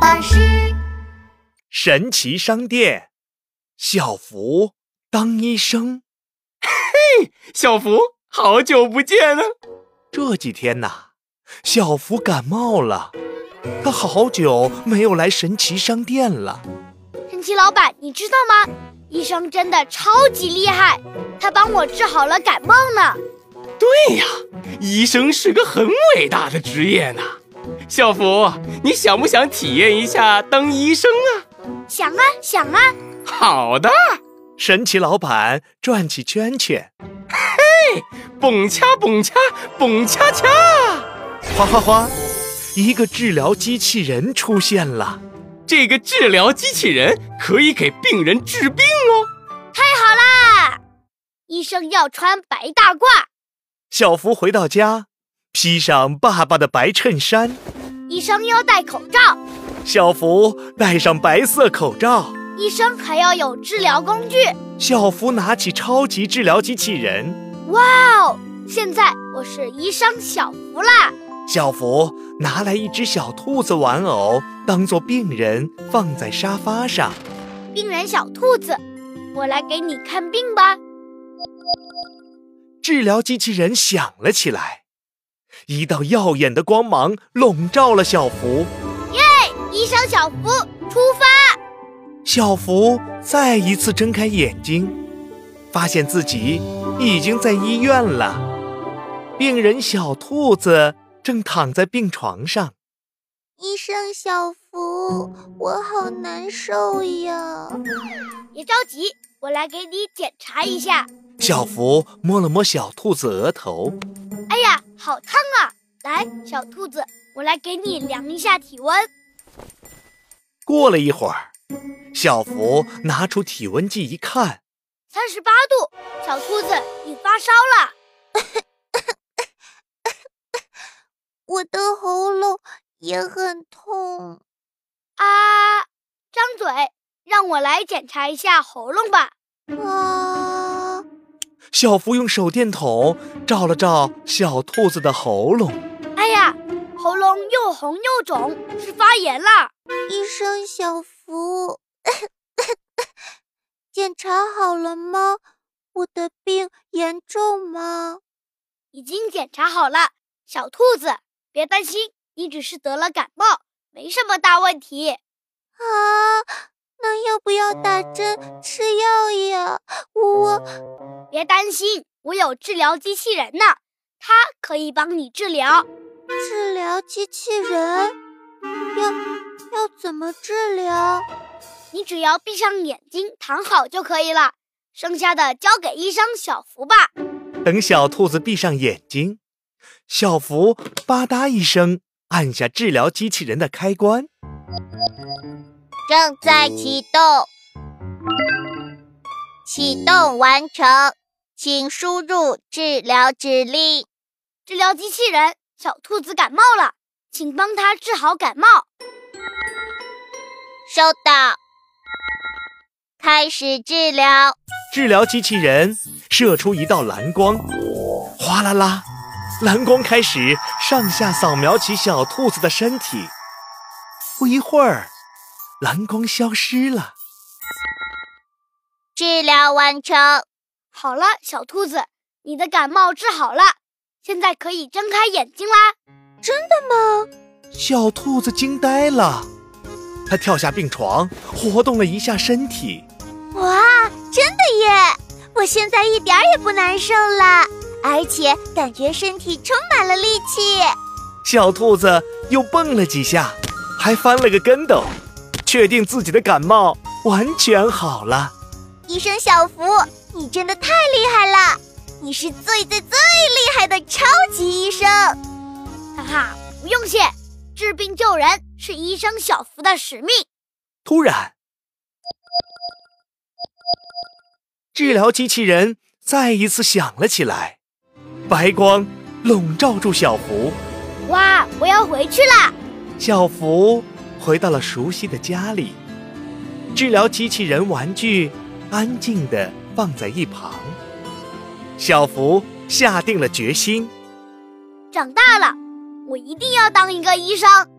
巴士神奇商店，小福当医生。小福，好久不见啊！这几天呐、小福感冒了，他好久没有来神奇商店了。神奇老板，你知道吗？医生真的超级厉害，他帮我治好了感冒呢。对呀，医生是个很伟大的职业呢。小福，你想不想体验一下当医生啊？想啊想啊，好的，神奇老板转起圈圈，蹦恰蹦恰蹦恰恰，哗哗哗，一个治疗机器人出现了。这个治疗机器人可以给病人治病哦。医生要穿白大褂，小福回到家，披上爸爸的白衬衫，医生要戴口罩，小福戴上白色口罩。医生还要有治疗工具。小福拿起超级治疗机器人，哇哦！现在我是医生小福啦。小福拿来一只小兔子玩偶当做病人放在沙发上。病人小兔子，我来给你看病吧。治疗机器人响了起来，一道耀眼的光芒笼罩了小福。医生小福出发，小福再一次睁开眼睛，发现自己已经在医院了。病人小兔子正躺在病床上，医生小福，我好难受呀！别着急，我来给你检查一下。小福摸了摸小兔子额头，哎呀，好烫啊！来，小兔子，我来给你量一下体温。过了一会儿，小福拿出体温计一看，三十八度，小兔子，你发烧了。我的喉咙也很痛。啊，张嘴，让我来检查一下喉咙吧。啊，小福用手电筒照了照小兔子的喉咙。哎呀，喉咙又红又肿，是发炎啦。医生小福， 检查好了吗？我的病严重吗？已经检查好了，小兔子，别担心，你只是得了感冒，没什么大问题。啊，那要不要打针吃药呀？我别担心，我有治疗机器人呢，它可以帮你治疗。治疗机器人要要怎么治疗？你只要闭上眼睛躺好就可以了，剩下的交给医生小福吧。等小兔子闭上眼睛，小福吧嗒一声按下治疗机器人的开关。正在启动，启动完成，请输入治疗指令。治疗机器人，小兔子感冒了，请帮它治好感冒。收到，开始治疗。治疗机器人射出一道蓝光，哗啦啦，蓝光开始上下扫描起小兔子的身体。不一会儿，蓝光消失了。治疗完成，好了，小兔子，你的感冒治好了，现在可以睁开眼睛啦。小兔子惊呆了，它跳下病床，活动了一下身体。哇，真的耶！我现在一点儿也不难受了，而且感觉身体充满了力气。小兔子又蹦了几下，还翻了个跟斗，确定自己的感冒完全好了。医生小福，你真的太厉害了！你是最最最厉害的超级医生。哈哈，不用谢，治病救人是医生小福的使命。突然，治疗机器人再一次响了起来，白光笼罩住小福，哇，我要回去啦！小福回到了熟悉的家里。治疗机器人玩具安静地放在一旁，小福下定了决心。长大了，我一定要当一个医生。